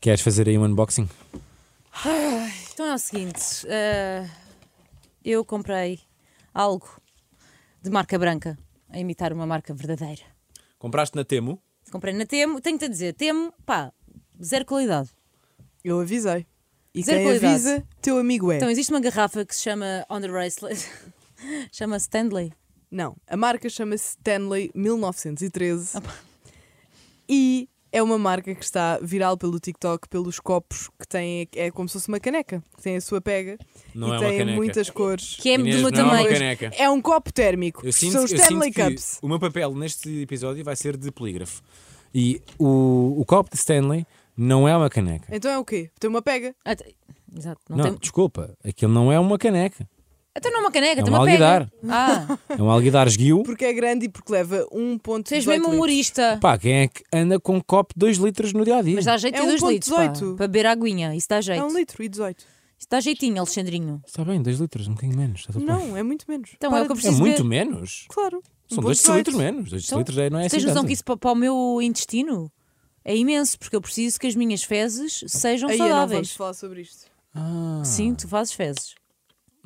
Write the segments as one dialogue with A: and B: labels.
A: Queres fazer aí um unboxing?
B: Então é o seguinte: eh, eu comprei algo de marca branca a imitar uma marca verdadeira.
A: Compraste na Temo?
B: Comprei na Temo, tenho-te a dizer, Temo, pá, zero qualidade.
C: Eu avisei. E
B: Zero
C: quem
B: qualidade.
C: avisa, teu amigo é.
B: Então existe uma garrafa que se chama On the Bracelet, chama Stanley.
C: Não, a marca chama-se Stanley
B: Ah,
C: 1913 e é uma marca que está viral pelo TikTok pelos copos que tem é como se fosse uma caneca, que tem a sua pega
A: Não
C: e
A: é uma
C: tem
A: caneca.
C: muitas cores.
B: Que é
A: Inês,
B: do meu
A: não é uma
B: tamanho.
A: caneca.
C: É um copo térmico.
A: Eu sinto,
C: São
A: eu
C: Stanley
A: sinto que
C: Cups.
A: o meu papel neste episódio vai ser de polígrafo. E o, o copo de Stanley não é uma caneca.
C: Então é o quê? Tem uma pega.
B: Ah, te- Exato, não,
A: Não,
B: tem.
A: desculpa, aquilo não é uma caneca.
B: Então não é uma caneca,
A: É
B: tem
A: um
B: uma pega.
A: alguidar.
B: Ah,
A: É um alguidar esguio.
C: Porque é grande e porque leva 1.18
B: tu és mesmo um humorista.
A: Pá, quem é que anda com um copo de 2 litros no dia a dia?
B: Mas dá jeito
C: É
B: a dois
C: 1.18.
B: litros pá, para beber aguinha, isso dá jeito.
C: É um litro e 18.
B: Isso dá jeitinho, Alexandrinho.
A: Está bem, 2 litros, um bocadinho menos. está tudo bem.
C: Não, é muito menos.
B: Então
C: Para
B: é o que eu
C: de-
A: É
B: preciso
A: muito
B: ver.
A: menos.
C: Claro.
A: São 2
C: 1.18.
A: litros menos. 2
B: Então,
A: litros é- não é
B: tu
A: assim.
B: tens noção
A: tanto.
B: que isso para, para o meu intestino é imenso, porque eu preciso que as minhas fezes sejam
C: Aí eu não vamos
B: saudáveis.
C: falar sobre isto.
A: Ah,
B: Sim, tu fazes fezes.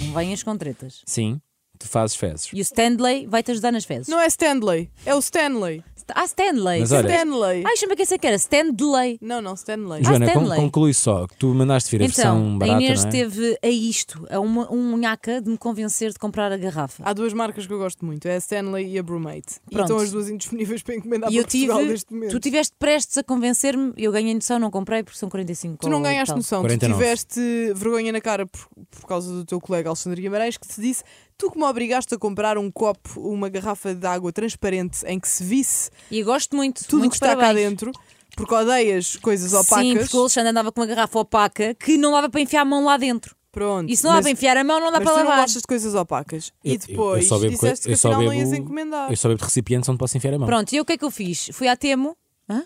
B: Não venhas com tretas.
A: Sim, tu fazes fezes.
B: E o Stanley vai-te ajudar nas fezes.
C: Não é Stanley, é o Stanley.
B: Ah, Stanley!
A: Mas olha-
C: Stanley.
B: Ai, chama que essa que era Stanley.
C: Não, não, Stanley.
B: Ah,
A: Joana, con-
B: Stanley.
A: conclui só que tu mandaste vir a versão
B: Então, a
A: barata,
B: Inês
A: não é?
B: teve a isto, a uma, um nhaca de me convencer de comprar a garrafa.
C: Há duas marcas que eu gosto muito, é a Stanley e a Brumate. E
B: Pronto.
C: estão as duas indisponíveis para encomendar
B: e
C: tá para
B: eu tive.
C: Portugal neste momento.
B: Tu
C: Tu,
B: tiveste prestes a convencer-me, eu ganhei noção, não comprei porque são 45
C: não
B: ou
C: ganhaste
B: tal.
C: noção,
A: 49.
C: tu tiveste vergonha na cara por, por causa do teu colega Alexandre Guimarães que te disse tu que me obrigaste a comprar um copo, uma garrafa de água transparente em que se visse
B: E eu gosto muito.
C: tudo o que
B: muitos
C: está cá
B: parabéns.
C: dentro, porque odeias coisas
B: Sim,
C: opacas.
B: porque o Alexandre andava com uma garrafa opaca que não dava para enfiar a mão lá dentro.
C: Pronto.
B: E se não dá
C: mas,
B: para enfiar a mão, não dá
C: mas
B: para
C: tu
B: lavar.
C: não gostas de coisas opacas.
A: Eu-
C: e
A: eu-
C: depois
A: eu só bebo coi-
C: disseste
A: eu
C: que
A: só
C: afinal não
A: bebo-
C: ias encomendar.
A: Eu só bebo de recipientes onde posso enfiar a mão.
B: Pronto, e eu o que é que eu fiz? Fui à Temo. Hã?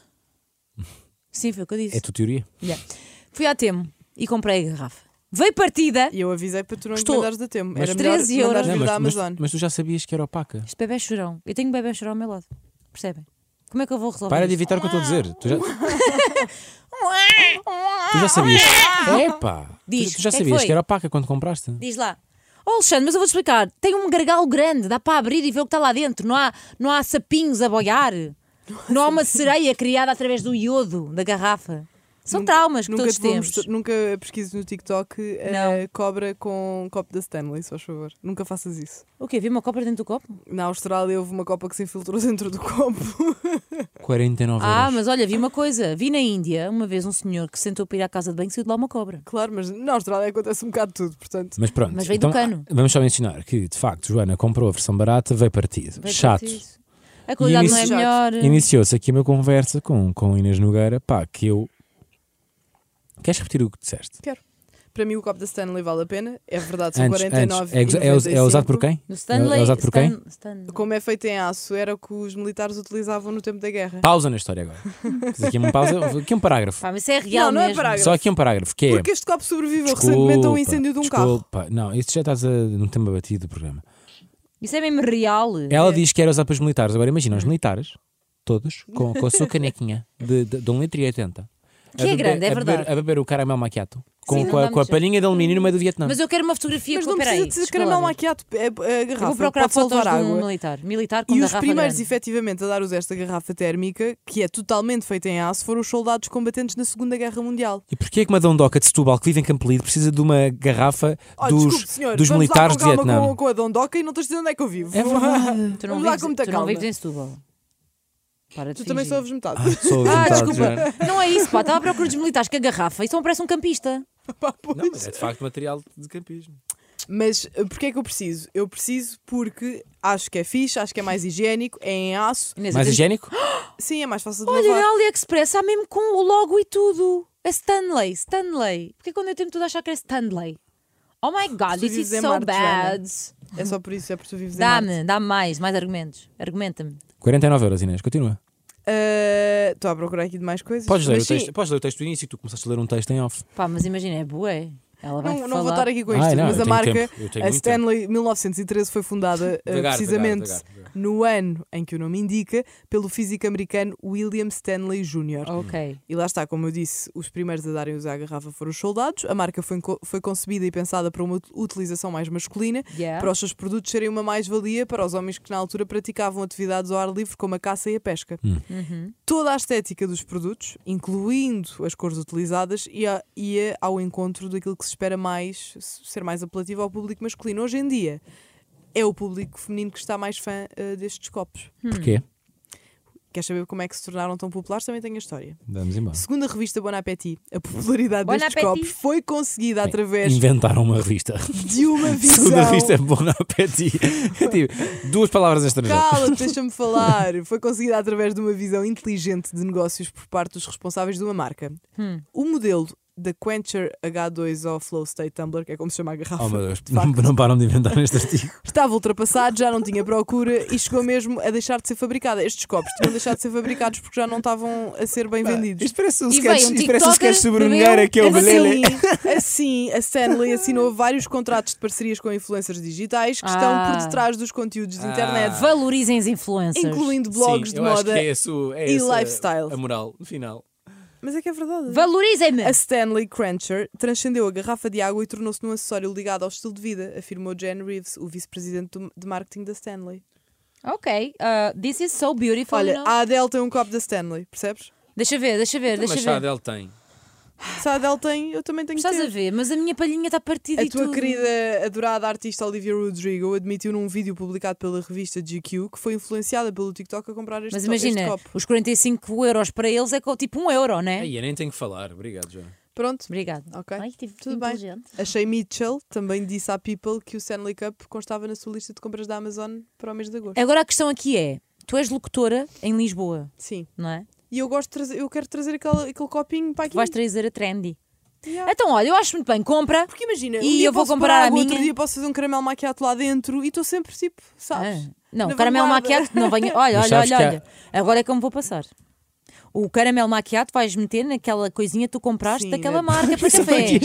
B: Sim, foi o que eu disse.
A: É a tua teoria.
B: Yeah. Fui à Temo e comprei a garrafa. Veio partida.
C: E eu avisei para tu não
B: Custou-
C: encomendares da tempo.
B: Mas
C: Era melhor
B: 13
C: mandares
B: euros.
C: vir
B: Não,
C: da
A: mas,
C: Amazon.
A: mas tu já sabias que era opaca.
B: Este bebê é chorão. Eu tenho um bebê chorão ao meu lado. Percebem? Como é que eu vou resolver?
A: Para de
B: isto?
A: evitar o que eu estou a dizer. Tu já, tu já sabias. Epá!
B: Diz,
A: tu, tu já
B: o que é que
A: sabias
B: foi?
A: que era opaca quando compraste.
B: Diz lá. Oh, Alexandre, mas eu vou-te explicar. Tem um gargalo grande, dá para abrir e ver o que está lá dentro. Não há, não há sapinhos a boiar. Não há uma sereia criada através do iodo da garrafa. São traumas que
C: nunca
B: todos
C: te vou
B: temos.
C: mostrar- nunca pesquises no TikTok a
B: Não.
C: cobra com um copo da Stanley, só favor. Nunca faças isso.
B: O quê? Vi uma cobra dentro do copo?
C: Na Austrália houve uma copa que se infiltrou dentro do copo.
A: 49
B: Ah,
A: euros.
B: mas olha, vi uma coisa. Vi na Índia uma vez um senhor que sentou para ir à casa de banho e saiu de lá uma cobra.
C: Claro, mas na Austrália acontece um bocado de tudo, portanto.
A: Mas pronto.
B: Mas veio do
A: então,
B: cano.
A: ah, Vamos só mencionar que, de facto, Joana comprou a versão barata, veio partido. Chato.
B: A qualidade não é
A: inicio-
B: melhor.
A: Iniciou-se aqui a minha conversa com, com Inês Nogueira. Pá, que eu. Queres repetir o que disseste?
C: Quero. Para mim o copo da Stanley vale a pena. É verdade, são
A: Antes,
C: 49
A: antes. É, usa- é us- é usado por quem?
B: No Stanley.
A: é usado por quem?
B: Stan- Stan-
C: Como é feito em aço, era o que os militares utilizavam no tempo da guerra.
A: Pausa na história agora. Fiz aqui uma pausa, aqui um parágrafo.
B: Pá, mas isso é real
C: Não, não é
B: mesmo.
C: parágrafo.
A: Só aqui um parágrafo, que é.
C: Porque este copo sobreviveu recentemente a um incêndio de um carro.
A: desculpa. Não, isto já estás a, no tema batido do programa.
B: Isso é Hum. mesmo real.
A: Ela diz que era usar para os militares. Agora imagina, os militares, todos, com, com a sua canequinha de, de, de 1 litro e 80.
B: Que é grande, é
A: a beber,
B: verdade.
A: a beber o caramel maquiato com,
B: Sim,
A: com, a,
B: vamos
A: com a
B: já.
A: palhinha de alumínio no meio do Vietnã.
B: Mas eu quero uma fotografia
C: Mas
B: com
C: não
B: peraí,
C: precisa de ser
B: desculpa
C: caramel
B: lá.
C: maquiato. É, é a
B: Eu
C: garrafa.
B: vou procurar
C: pode salvar
B: fotos de
C: água.
B: um militar. Militar com
C: E os
B: garrafa
C: primeiros,
B: grande.
C: efetivamente, a dar uso a esta garrafa térmica, que é totalmente feita em aço, foram os soldados combatentes na Segunda Guerra Mundial.
A: E porquê é que uma dondoca de Setúbal que vive em Campolide precisa de uma garrafa
C: Oh,
A: dos,
C: desculpe, senhor,
A: dos
C: vamos
A: militares
C: lá
A: de
C: com calma
A: Vietnã?
C: Com, com a Dondoca e não estás dizendo onde é que eu vivo.
A: É verdade.
B: Tu não
C: Vamos lá
B: vives,
C: com muita
B: tu não
C: calma.
B: vives em Setúbal. Para de
C: Tu também só
B: fingir.
C: ouves metade.
A: Sou
B: Ah,
A: vontade, Joana.
B: desculpa. Não é isso, pá. Estava à procura dos militares com a garrafa. Isso não parece um campista.
C: Pá, pois.
A: Não, mas é de facto material de campismo.
C: Mas uh, porquê é que eu preciso? Eu preciso porque acho que é fixe, acho que é mais higiênico, é em aço.
B: Inês,
A: Mais
B: eu tenho-
A: higiênico?
C: Sim, é mais fácil de
B: Olha,
C: lavar.
B: na AliExpress há mesmo com o logo e tudo. É Stanley, Stanley. Porque é quando eu tenho tudo a achar que era Stanley. Oh my god,
C: Tu
B: this is
C: vives em
B: so
C: Marte,
B: bad.
C: É só por isso, é porque tu vives em Marte.
B: Dá-me, dá-me mais, mais argumentos. Argumenta-me.
A: 49 euros, Inês, continua.
C: Uh, Estou a procurar aqui de mais coisas.
A: Podes ler,
C: Mas
A: o
C: sim,
A: texto, podes ler o texto do início, tu começaste a ler um texto em off.
B: Pá, mas imagina, é bué. Ela vai
C: Não, não
B: falar.
C: vou estar aqui com
A: Ai,
C: isto,
A: não, eu
C: mas a
A: tenho
C: marca
A: tempo, eu tenho
C: a
A: muito tempo.
C: Stanley 1913 foi fundada eh,
A: Devagar,
C: precisamente
A: devagar, devagar.
C: no ano em que o nome indica pelo físico americano William Stanley Jr.
B: Ok.
C: E lá está, como eu disse, os primeiros a darem uso à garrafa foram os soldados. A marca foi, co- foi concebida e pensada para uma ut- utilização mais masculina,
B: Yeah.
C: para os seus produtos serem uma mais-valia para os homens que na altura praticavam atividades ao ar livre como a caça e a pesca. Toda a estética dos produtos, incluindo as cores utilizadas, ia, ia ao encontro daquilo que se espera mais ser mais apelativo ao público masculino. Hoje em dia é o público feminino que está mais fã eh, destes copos.
B: Hum.
A: Porquê?
C: Quer saber como é que se tornaram tão populares? Também tenho a história.
A: Vamos embora.
C: Segundo a revista Bon Appetit, a popularidade
B: Bon
C: destes
B: Appetit.
C: copos foi conseguida através
A: Inventaram uma revista.
C: de uma visão.
A: Segunda revista é Bon Appetit. É tipo, duas palavras em estrangeiro.
C: Cala-te, deixa-me falar. Foi conseguida através de uma visão inteligente de negócios por parte dos responsáveis de uma marca. O modelo da Quencher H2O Flow State Tumbler, que é como se chama a garrafa,
A: Oh meu Deus,
C: de
A: não,
C: facto,
A: não param de inventar neste artigo.
C: estava ultrapassado, já não tinha procura e chegou mesmo a deixar de ser fabricada. Estes copos tinham deixado de ser fabricados porque já não estavam a ser bem vendidos.
A: Isto parece um
B: E sketch- veio um isto parece um sketch TikToker, sobre bebeu, mulher que é o
C: Mas
B: Belele.
C: Assim, assim, a Stanley assinou vários contratos de parcerias com influencers digitais que estão
B: Ah.
C: por detrás dos conteúdos de
A: Ah.
C: internet,
B: Valorizem as influencers.
C: incluindo blogs um de moda.
B: é
A: é
C: e lifestyle.
A: A moral, no final.
C: Mas é que é verdade.
B: Valorizem-me.
C: A Stanley Crancher transcendeu a garrafa de água e tornou-se num acessório ligado ao estilo de vida, afirmou Jan Reeves, o vice-presidente do- de marketing da Stanley.
B: Ok. uh, this is so beautiful.
C: Olha,
B: you know?
C: a Adele tem um copo da Stanley, percebes?
B: Deixa ver, deixa ver,
A: Mas
B: deixa
A: a
B: ver.
A: Adele tem.
C: Se a Adele tem, eu também tenho que
B: Estás a
C: ter.
B: ver, mas a minha palhinha está partida
C: A
B: e
C: tua
B: tudo.
C: querida, adorada artista Olivia Rodrigo admitiu num vídeo publicado pela revista GQ que foi influenciada pelo TikTok a comprar este,
B: Mas
C: to- este
B: imagina,
C: copo.
B: os 45 euros para eles é co- tipo 1 euro, não é?
A: Aí eu nem tenho que falar. Obrigado, Joana.
C: Pronto,
B: Obrigado.
C: ok.
B: Ai, tive
C: Tudo bem.
B: inteligente.
C: A Shay Mitchell também disse à People que o Stanley Cup constava na sua lista de compras da Amazon para o mês de agosto.
B: Agora a questão aqui é: tu és locutora em Lisboa,
C: Sim.
B: não é?
C: E eu gosto de trazer, eu quero trazer aquele, aquele copinho para
B: Tu
C: aqui.
B: vais trazer a trendy.
C: Yeah.
B: Então, olha, eu acho muito bem, compra.
C: Porque imagina, um
B: E
C: dia
B: eu vou
C: posso
B: comprar
C: parar,
B: a minha.
C: outro dia posso fazer um caramelo maquiado lá dentro e estou sempre tipo, sabes?
B: Ah, não,
C: na
B: caramelo
C: vanguarda.
B: maquiado, não venha. Olha,
A: Mas
B: olha,
A: sabes
B: olha, olha.
A: que
B: Agora é como vou passar. O caramelo maquiado vais meter naquela coisinha que tu compraste
C: Sim,
B: daquela
C: né?
B: marca para café.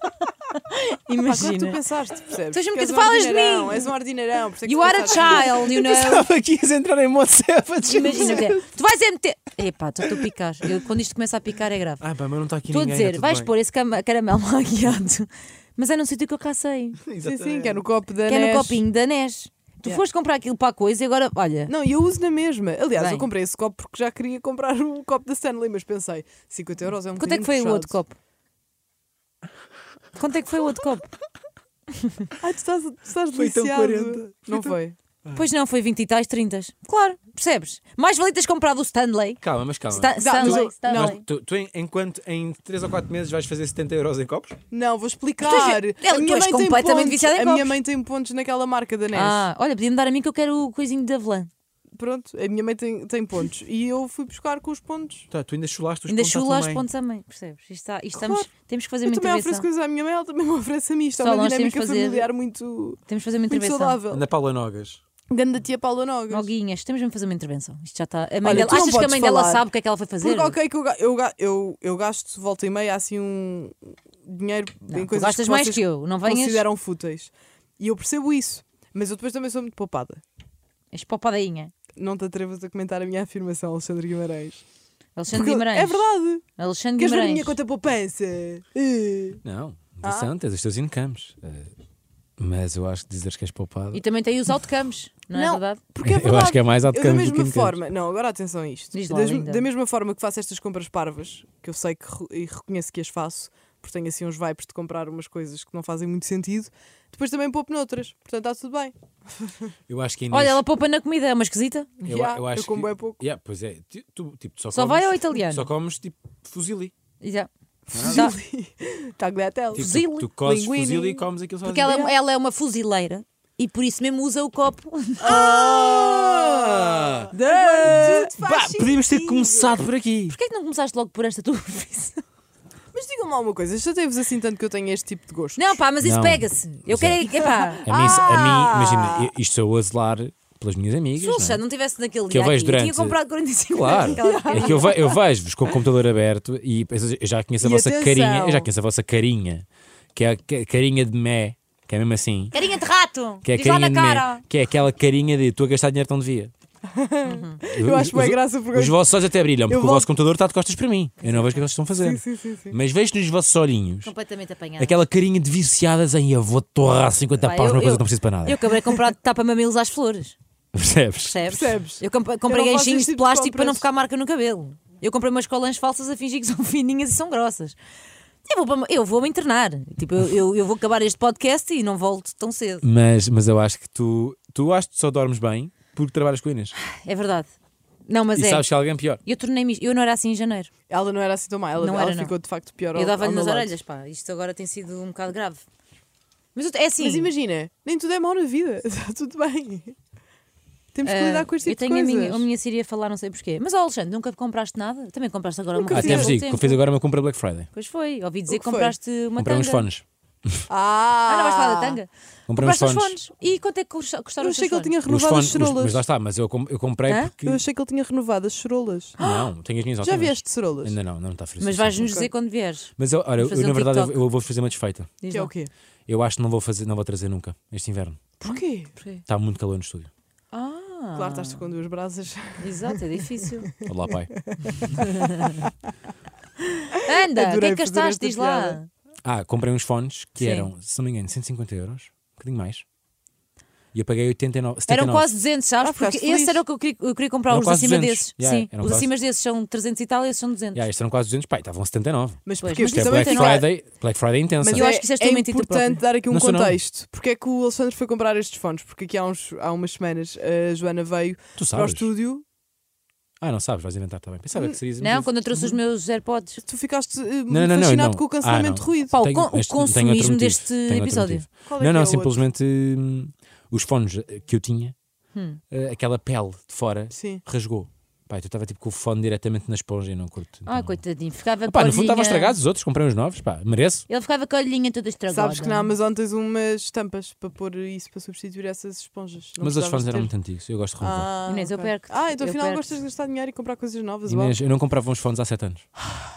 C: Pá, claro que tu
B: Imagina.
C: pensaste, percebes?
B: Tu és um
C: Porque és
B: bocado- falas de
C: ordinarão,
B: mim.
C: És um ordinarão. por isso é que
B: You
C: tu
B: are a
C: pensaste
B: child, you know.
A: Estava que ias entrar em modo Savage.
B: Imagina, tu vais é meter. Epá, estou a picar. Eu, quando isto começa a picar é grave.
A: Ah, pá, mas não está aqui
B: Estou a
A: ninguém.
B: dizer, vais pôr esse cama- caramelo maquiado, mas é num sítio que eu cacei,
C: isso. Sim, sim, que é no copo da
B: que é
C: Nés.
B: no copinho da Nes. Tu
C: Yeah.
B: foste comprar aquilo para a coisa e agora, olha,
C: Não, e eu uso na mesma. Aliás,
B: Bem.
C: eu comprei esse copo porque já queria comprar o copo da Stanley, mas pensei, 50 euros é um
B: quanto é que
C: bocadinho
B: foi o
C: puxado.
B: outro copo? Quanto é que foi o outro copo?
C: Ai, tu estás, tu estás
A: Foi então
C: deliciado.
A: 40.
C: Não
A: Foi
C: foi?
B: Pois não, foi 20 e tais, 30. Claro, percebes? Mais valia teres comprado o Stanley.
A: Calma, mas calma.
B: Sta- Stanley,
C: não.
B: Stanley.
A: Mas tu, tu em, enquanto em 3 ou 4 meses vais fazer 70 euros em copos?
C: Não, vou explicar.
B: Tu és-
C: a
B: tu
C: minha
B: és
C: mãe tem
B: completamente
C: pontos,
B: viciada em
C: A minha
B: copos.
C: mãe tem pontos naquela marca da Nés.
B: Ah, olha, podia-me dar a mim que eu quero o coisinho de Avelã.
C: Pronto, a minha mãe tem, tem pontos. E eu fui buscar com os pontos.
A: Tá, tu ainda chulaste os
B: Ainda
A: pontos à tua
B: chula as
A: mãe.
B: pontos à mãe, percebes? Isto está, isto
C: Claro.
B: estamos, temos que fazer
C: Eu
B: uma
C: também ofereço
B: intervenção.
C: coisas à minha mãe, ela também me oferece a mim. Isto é
B: Só
C: uma
B: nós temos
C: dinâmica
B: fazer-
C: familiar muito,
B: Temos que fazer uma
C: muito
B: intervenção.
C: saudável.
A: Anda Paula Nogas.
C: Grande da tia Paula Nogas.
B: Noguinhas, temos mesmo que fazer uma intervenção. Isto já está. A mãe
C: Olha,
B: dela-
C: tu não
B: Achas que a
C: podes
B: mãe dela
C: falar.
B: sabe o que é que ela foi fazer?
C: Porque ok que eu, ga- eu, ga- eu, eu gasto volta e meia assim um dinheiro
B: Não,
C: em
B: tu
C: coisas
B: gastas
C: que
B: mais
C: vocês
B: que eu, não venhas.
C: consideram fúteis. E eu percebo isso. Mas eu depois também sou muito poupada.
B: És poupadinha.
C: Não te atrevas a comentar a minha afirmação, Alexandre Guimarães.
B: Alexandre
C: Porque
B: Guimarães.
C: É verdade.
B: Alexandre
C: Queres ver a
B: Guimarães.
C: minha conta poupança? Eh.
A: Não,
C: Ah.
A: interessante, tens os teus incomes. Eh, mas eu acho que dizeres que és poupado.
B: E também tem os outcomes, não, é
C: Não.
B: verdade?
C: Porque é
A: eu
C: verdade.
A: acho que é mais
C: Eu da
A: outcomes do que
C: mesma
A: incomes.
C: forma, não, agora atenção a isto.
B: Diz lá,
C: Das-
B: linda.
C: da, mesma forma que faço estas compras parvas, que eu sei que re- e reconheço que as faço, porque tenho assim uns vibes de comprar umas coisas que não fazem muito sentido, depois também poupo noutras, portanto está tudo bem.
A: Eu acho que a Inês-
B: Olha, ela poupa na comida, é uma esquisita.
A: Eu,
C: Yeah,
A: eu acho
C: eu como
A: que,
C: bué pouco.
A: Yeah, pois é, tu, tu, tipo, tu só,
B: Só
A: comes,
B: vai ao italiano.
A: Só comes tipo fuzili.
B: Já.
C: Está tá Gletel.
A: Tipo,
B: Fuzili,
A: Tu, tu cozes
C: linguine.
A: fuzili e comes aquilo
B: Porque
A: sozinho.
B: ela, ela é uma fuzileira e por isso mesmo usa o copo.
A: Ah!
B: é
C: Mas
A: Bah, podíamos ter começado por aqui.
B: Porquê é que não começaste logo por esta tua profissão?
C: digam-me lá uma coisa, chatei-vos assim tanto que eu tenho este tipo de gosto.
B: Não, pá, mas isso
A: Não. É
B: pega-se. Eu
A: Pois
B: quero. Epá.
A: A mim, a mim,
C: Ah!
A: imagina, eu- isto sou a zelar pelas minhas amigas.
B: Se o
A: não é?
B: Alexandre não estivesse naquele
A: Que eu
B: dia
A: vejo
B: aqui, eu tinha
A: durante-
B: comprado 45
A: Claro,
B: naquela-
A: é que eu, ve- eu vejo-vos com o computador aberto e eu já conheço a
C: E
A: vossa
C: atenção.
A: carinha, eu já conheço a vossa carinha, que é a ca- carinha de mé, que é mesmo assim,
B: Carinha de rato!
A: que é a
B: Diz lá
A: carinha
B: na
A: de
B: cara!
A: mé, que é aquela carinha de tu a gastar dinheiro que não devia.
C: Eu acho
A: os,
C: bem graça porque.
A: os vossos olhos até brilham,
C: Eu
A: porque o
C: volto-
A: vosso computador está de costas para mim. Eu não vejo o que vocês estão a fazer.
C: Sim, sim, sim, sim.
A: Mas vejo nos vossos olhinhos
B: Completamente apanhada.
A: aquela carinha de viciadas em eu vou torrar 50
B: Pá,
A: paus
B: eu-
A: numa coisa
B: eu-
A: que não preciso para nada.
B: Eu acabei de comprar tapa-mamilos às flores.
A: Percebes?
B: Percebes?
C: Percebes?
B: Eu comp-
C: Eu
B: comprei
C: não faço
B: ganchinhos
C: esse
B: de
C: tipo de
B: plástico para não
C: compras.
B: ficar marca no cabelo. Eu comprei umas colãs falsas a fingir que são fininhas e são grossas. Eu vou, para- eu vou me internar. Tipo, eu, eu, eu vou acabar este podcast e não volto tão cedo.
A: Mas, mas eu acho que tu, tu acho que só dormes bem porque trabalhas com o Inês.
B: É verdade. Não, mas
A: e
B: é.
A: sabes que há alguém pior.
B: Eu tornei-me. Eu não era assim em janeiro.
C: Ela não era assim tão má, ela,
B: Não
C: ela
B: era, não.
C: ficou de facto pior. ao-
B: eu dava-lhe
C: ao meu
B: nas
C: lado.
B: orelhas, pá. Isto agora tem sido um bocado grave. Mas eu- é assim.
C: Mas imagina, nem tudo é mau na vida, está tudo bem. Temos que
B: ah,
C: lidar com este
B: eu
C: tipo de
B: tenho a
C: coisas.
B: minha, a minha Síria a falar, não sei porquê. Mas, ó, Alexandre, nunca compraste nada? Também compraste agora
C: Nunca
B: uma
A: Ah,
C: fiz.
A: até
B: há
A: vos
B: pouco
A: digo que eu
B: tempo.
A: fiz agora uma compra Black Friday.
B: Pois foi, ouvi dizer
C: O
B: que
C: que foi?
B: compraste uma
A: Comprei
B: tanga.
A: uns fones.
C: Ah,
B: Ah, não vais falar da tanga?
A: Comprei uns
B: Compraste os
A: fones.
B: fones. E quanto é que custa- custaram
C: Eu
B: os
C: achei
B: teus
C: que ele
B: fones?
C: tinha
A: Os
C: renovado as
A: fones- os- mas
C: cerolas.
A: lá está, mas eu, com- eu comprei
B: Hã?
A: porque.
C: Eu achei que ele tinha renovado as cerolas.
A: Não, tenho as minhas
C: Já
A: ótimas.
C: vieste cerolas?
A: Ah, Ainda não, não está frio.
B: Mas
A: sim, sim.
B: vais-nos
C: Ok.
B: dizer quando vieres.
A: Mas eu, olha, eu,
B: fazer
A: na
B: um
A: verdade eu,
B: TikTok.
A: eu vou fazer uma desfeita.
B: Diz
C: Que é
B: lá.
C: o quê?
A: Eu acho que não vou, fazer, não vou trazer nunca este inverno.
C: Porquê?
B: Porquê?
A: Está muito calor no estúdio.
B: Ah,
C: Claro, estás com duas brasas.
B: Exato, é difícil.
A: Olá, pai.
B: Anda, o que
C: Adorei
B: é que gastaste?
C: fazer esta
B: Diz lá.
C: piada.
A: Ah, comprei uns fones que
B: Sim.
A: eram, se não me engano, 150 euros, um bocadinho mais. E eu paguei 89. 79.
B: Eram quase 200, sabes?
C: Ah,
B: Porque
C: ficaste feliz.
B: esse era o que eu queria, eu queria comprar,
A: Eram
B: os
A: quase
B: acima
A: 200.
B: desses.
A: Yeah,
B: Sim,
A: eram
B: os
A: quase-
B: acima desses são 300 e tal, esses são 200.
A: Yeah, estes eram quase 200, pai, estavam 79.
C: Mas
B: Pois,
C: porquê?
B: mas
A: Isto é
C: Porque
B: isso
C: também
A: Black
C: tem
B: não é-
A: Friday, Black Friday intensa.
C: Mas
B: Eu
C: é,
B: acho que isso é
C: é
B: totalmente
C: importante
B: intempável.
C: dar aqui um
A: Não sou, não.
C: contexto. Porque é que o Alexandre foi comprar estes fones? Porque aqui há, uns, há umas semanas a Joana veio
A: Tu
C: para o
A: sabes?
C: estúdio.
A: Ah, não sabes, vais inventar também. Pensava que serias.
B: Não, quando eu trouxe os meus AirPods.
C: Tu ficaste eh,
A: Não, não, não,
C: fascinado
A: não.
C: com o cancelamento de
A: Ah, não.
C: ruído.
B: Pá, o,
A: Tenho-
B: con- o
A: mas tenho outro
B: consumismo
A: motivo,
B: deste
A: tenho outro
B: episódio.
A: motivo.
C: Qual é
A: Não,
C: que
A: não,
C: é o outro?
A: simplesmente hum, os fones eh, que eu tinha, eh, aquela pele de fora,
C: Sim.
A: rasgou. Pai, tu estava tipo com o fone diretamente na esponja e não curto.
B: Ah,
A: Não.
B: coitadinho, ficava
A: Pá,
B: com a
A: no fundo estavam
B: olhinha-
A: estragados os outros, comprei uns novos, pá, mereço.
B: Ele ficava com a olhinha toda estragada.
C: Sabes que na Amazon tens umas estampas para pôr isso, para substituir essas esponjas. Não
A: mas os
C: precisavas
A: fones eram
C: ter.
A: muito antigos, eu gosto de renovar.
C: Ah,
B: Inês, eu
C: ok.
B: perco-te.
C: Ah, então
B: Eu
C: afinal
B: perco-te.
C: gostas de gastar dinheiro e comprar coisas novas. uau.
A: Inês, eu não comprava uns fones há 7 anos.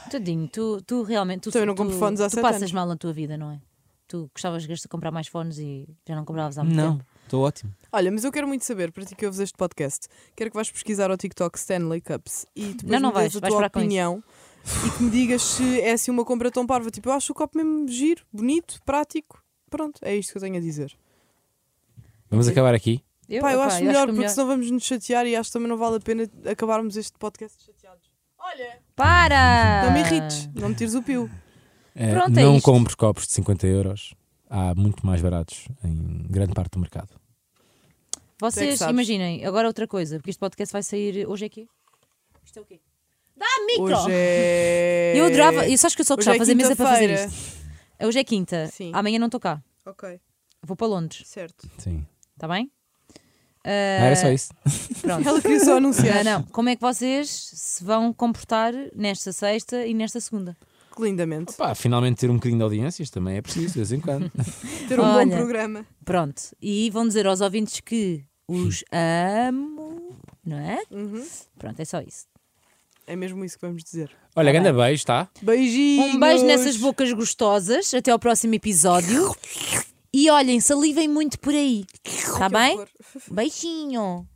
B: Tadinho, tu, tu realmente. Tu,
C: Também Então, não
B: tu-
C: compro fones há
B: Tu
C: sete
B: passas
C: anos.
B: mal na tua vida, não é? Tu gostavas de comprar mais fones e já não compravas há Ah, muito
A: Não,
B: tempo.
A: estou ótimo.
C: Olha, mas eu quero muito saber, para ti que ouves este podcast, quero que vais pesquisar ao TikTok Stanley Cups e depois
B: Não, não
C: me dês
B: vais,
C: a
B: vais
C: tua
B: parar com isso.
C: opinião e que me digas se é assim uma compra tão parva. Tipo, eu acho o copo mesmo giro, bonito, prático. Pronto, é isto que eu tenho a dizer.
A: Vamos acabar aqui.
B: Eu,
C: Pá, eu
B: opá,
C: acho melhor,
B: que é
C: porque senão vamos nos chatear e acho que também não vale a pena acabarmos este podcast chateados. Olha,
B: Para!
C: não
B: Ah.
C: me irrites, não me tires o pio.
A: Eh,
B: Pronto, é
A: não
B: isto.
A: compro copos de 50 euros. Há muito mais baratos em grande parte do mercado.
C: Tu é que
B: Vocês
C: sabes.
B: imaginem, agora outra coisa, porque este podcast vai sair. Hoje é quê? Isto é o quê? Dá micro!
C: Hoje é.
B: Eu adorava. E sabes que eu só
C: Hoje
B: gostava
C: é
B: de fazer mesa para fazer
C: quinta-feira.
B: isto. Hoje é quinta.
C: Sim.
B: Amanhã não estou cá.
C: Ok,
B: Vou para Londres,
C: certo.
A: Sim.
B: está bem?
A: Ah, era só
B: É.
A: isso.
B: Pronto.
C: Ela queria só anunciar.
B: Não, não. Como é que vocês se vão comportar nesta sexta e nesta segunda?
C: Que lindamente.
A: Pá, finalmente ter um bocadinho de audiências também é preciso, de vez em quando.
C: Ter um
B: Olha.
C: bom programa.
B: Pronto. E vão dizer aos ouvintes que os amo, não é?
C: Uhum.
B: Pronto, é só isso.
C: É mesmo isso que vamos dizer.
B: Tá
A: Olha, grande beijo, tá? está?
C: Beijinhos.
B: Um beijo nessas bocas gostosas. Até ao próximo Tá episódio. E olhem, salivem muito por aí. Está bem? Beijinho.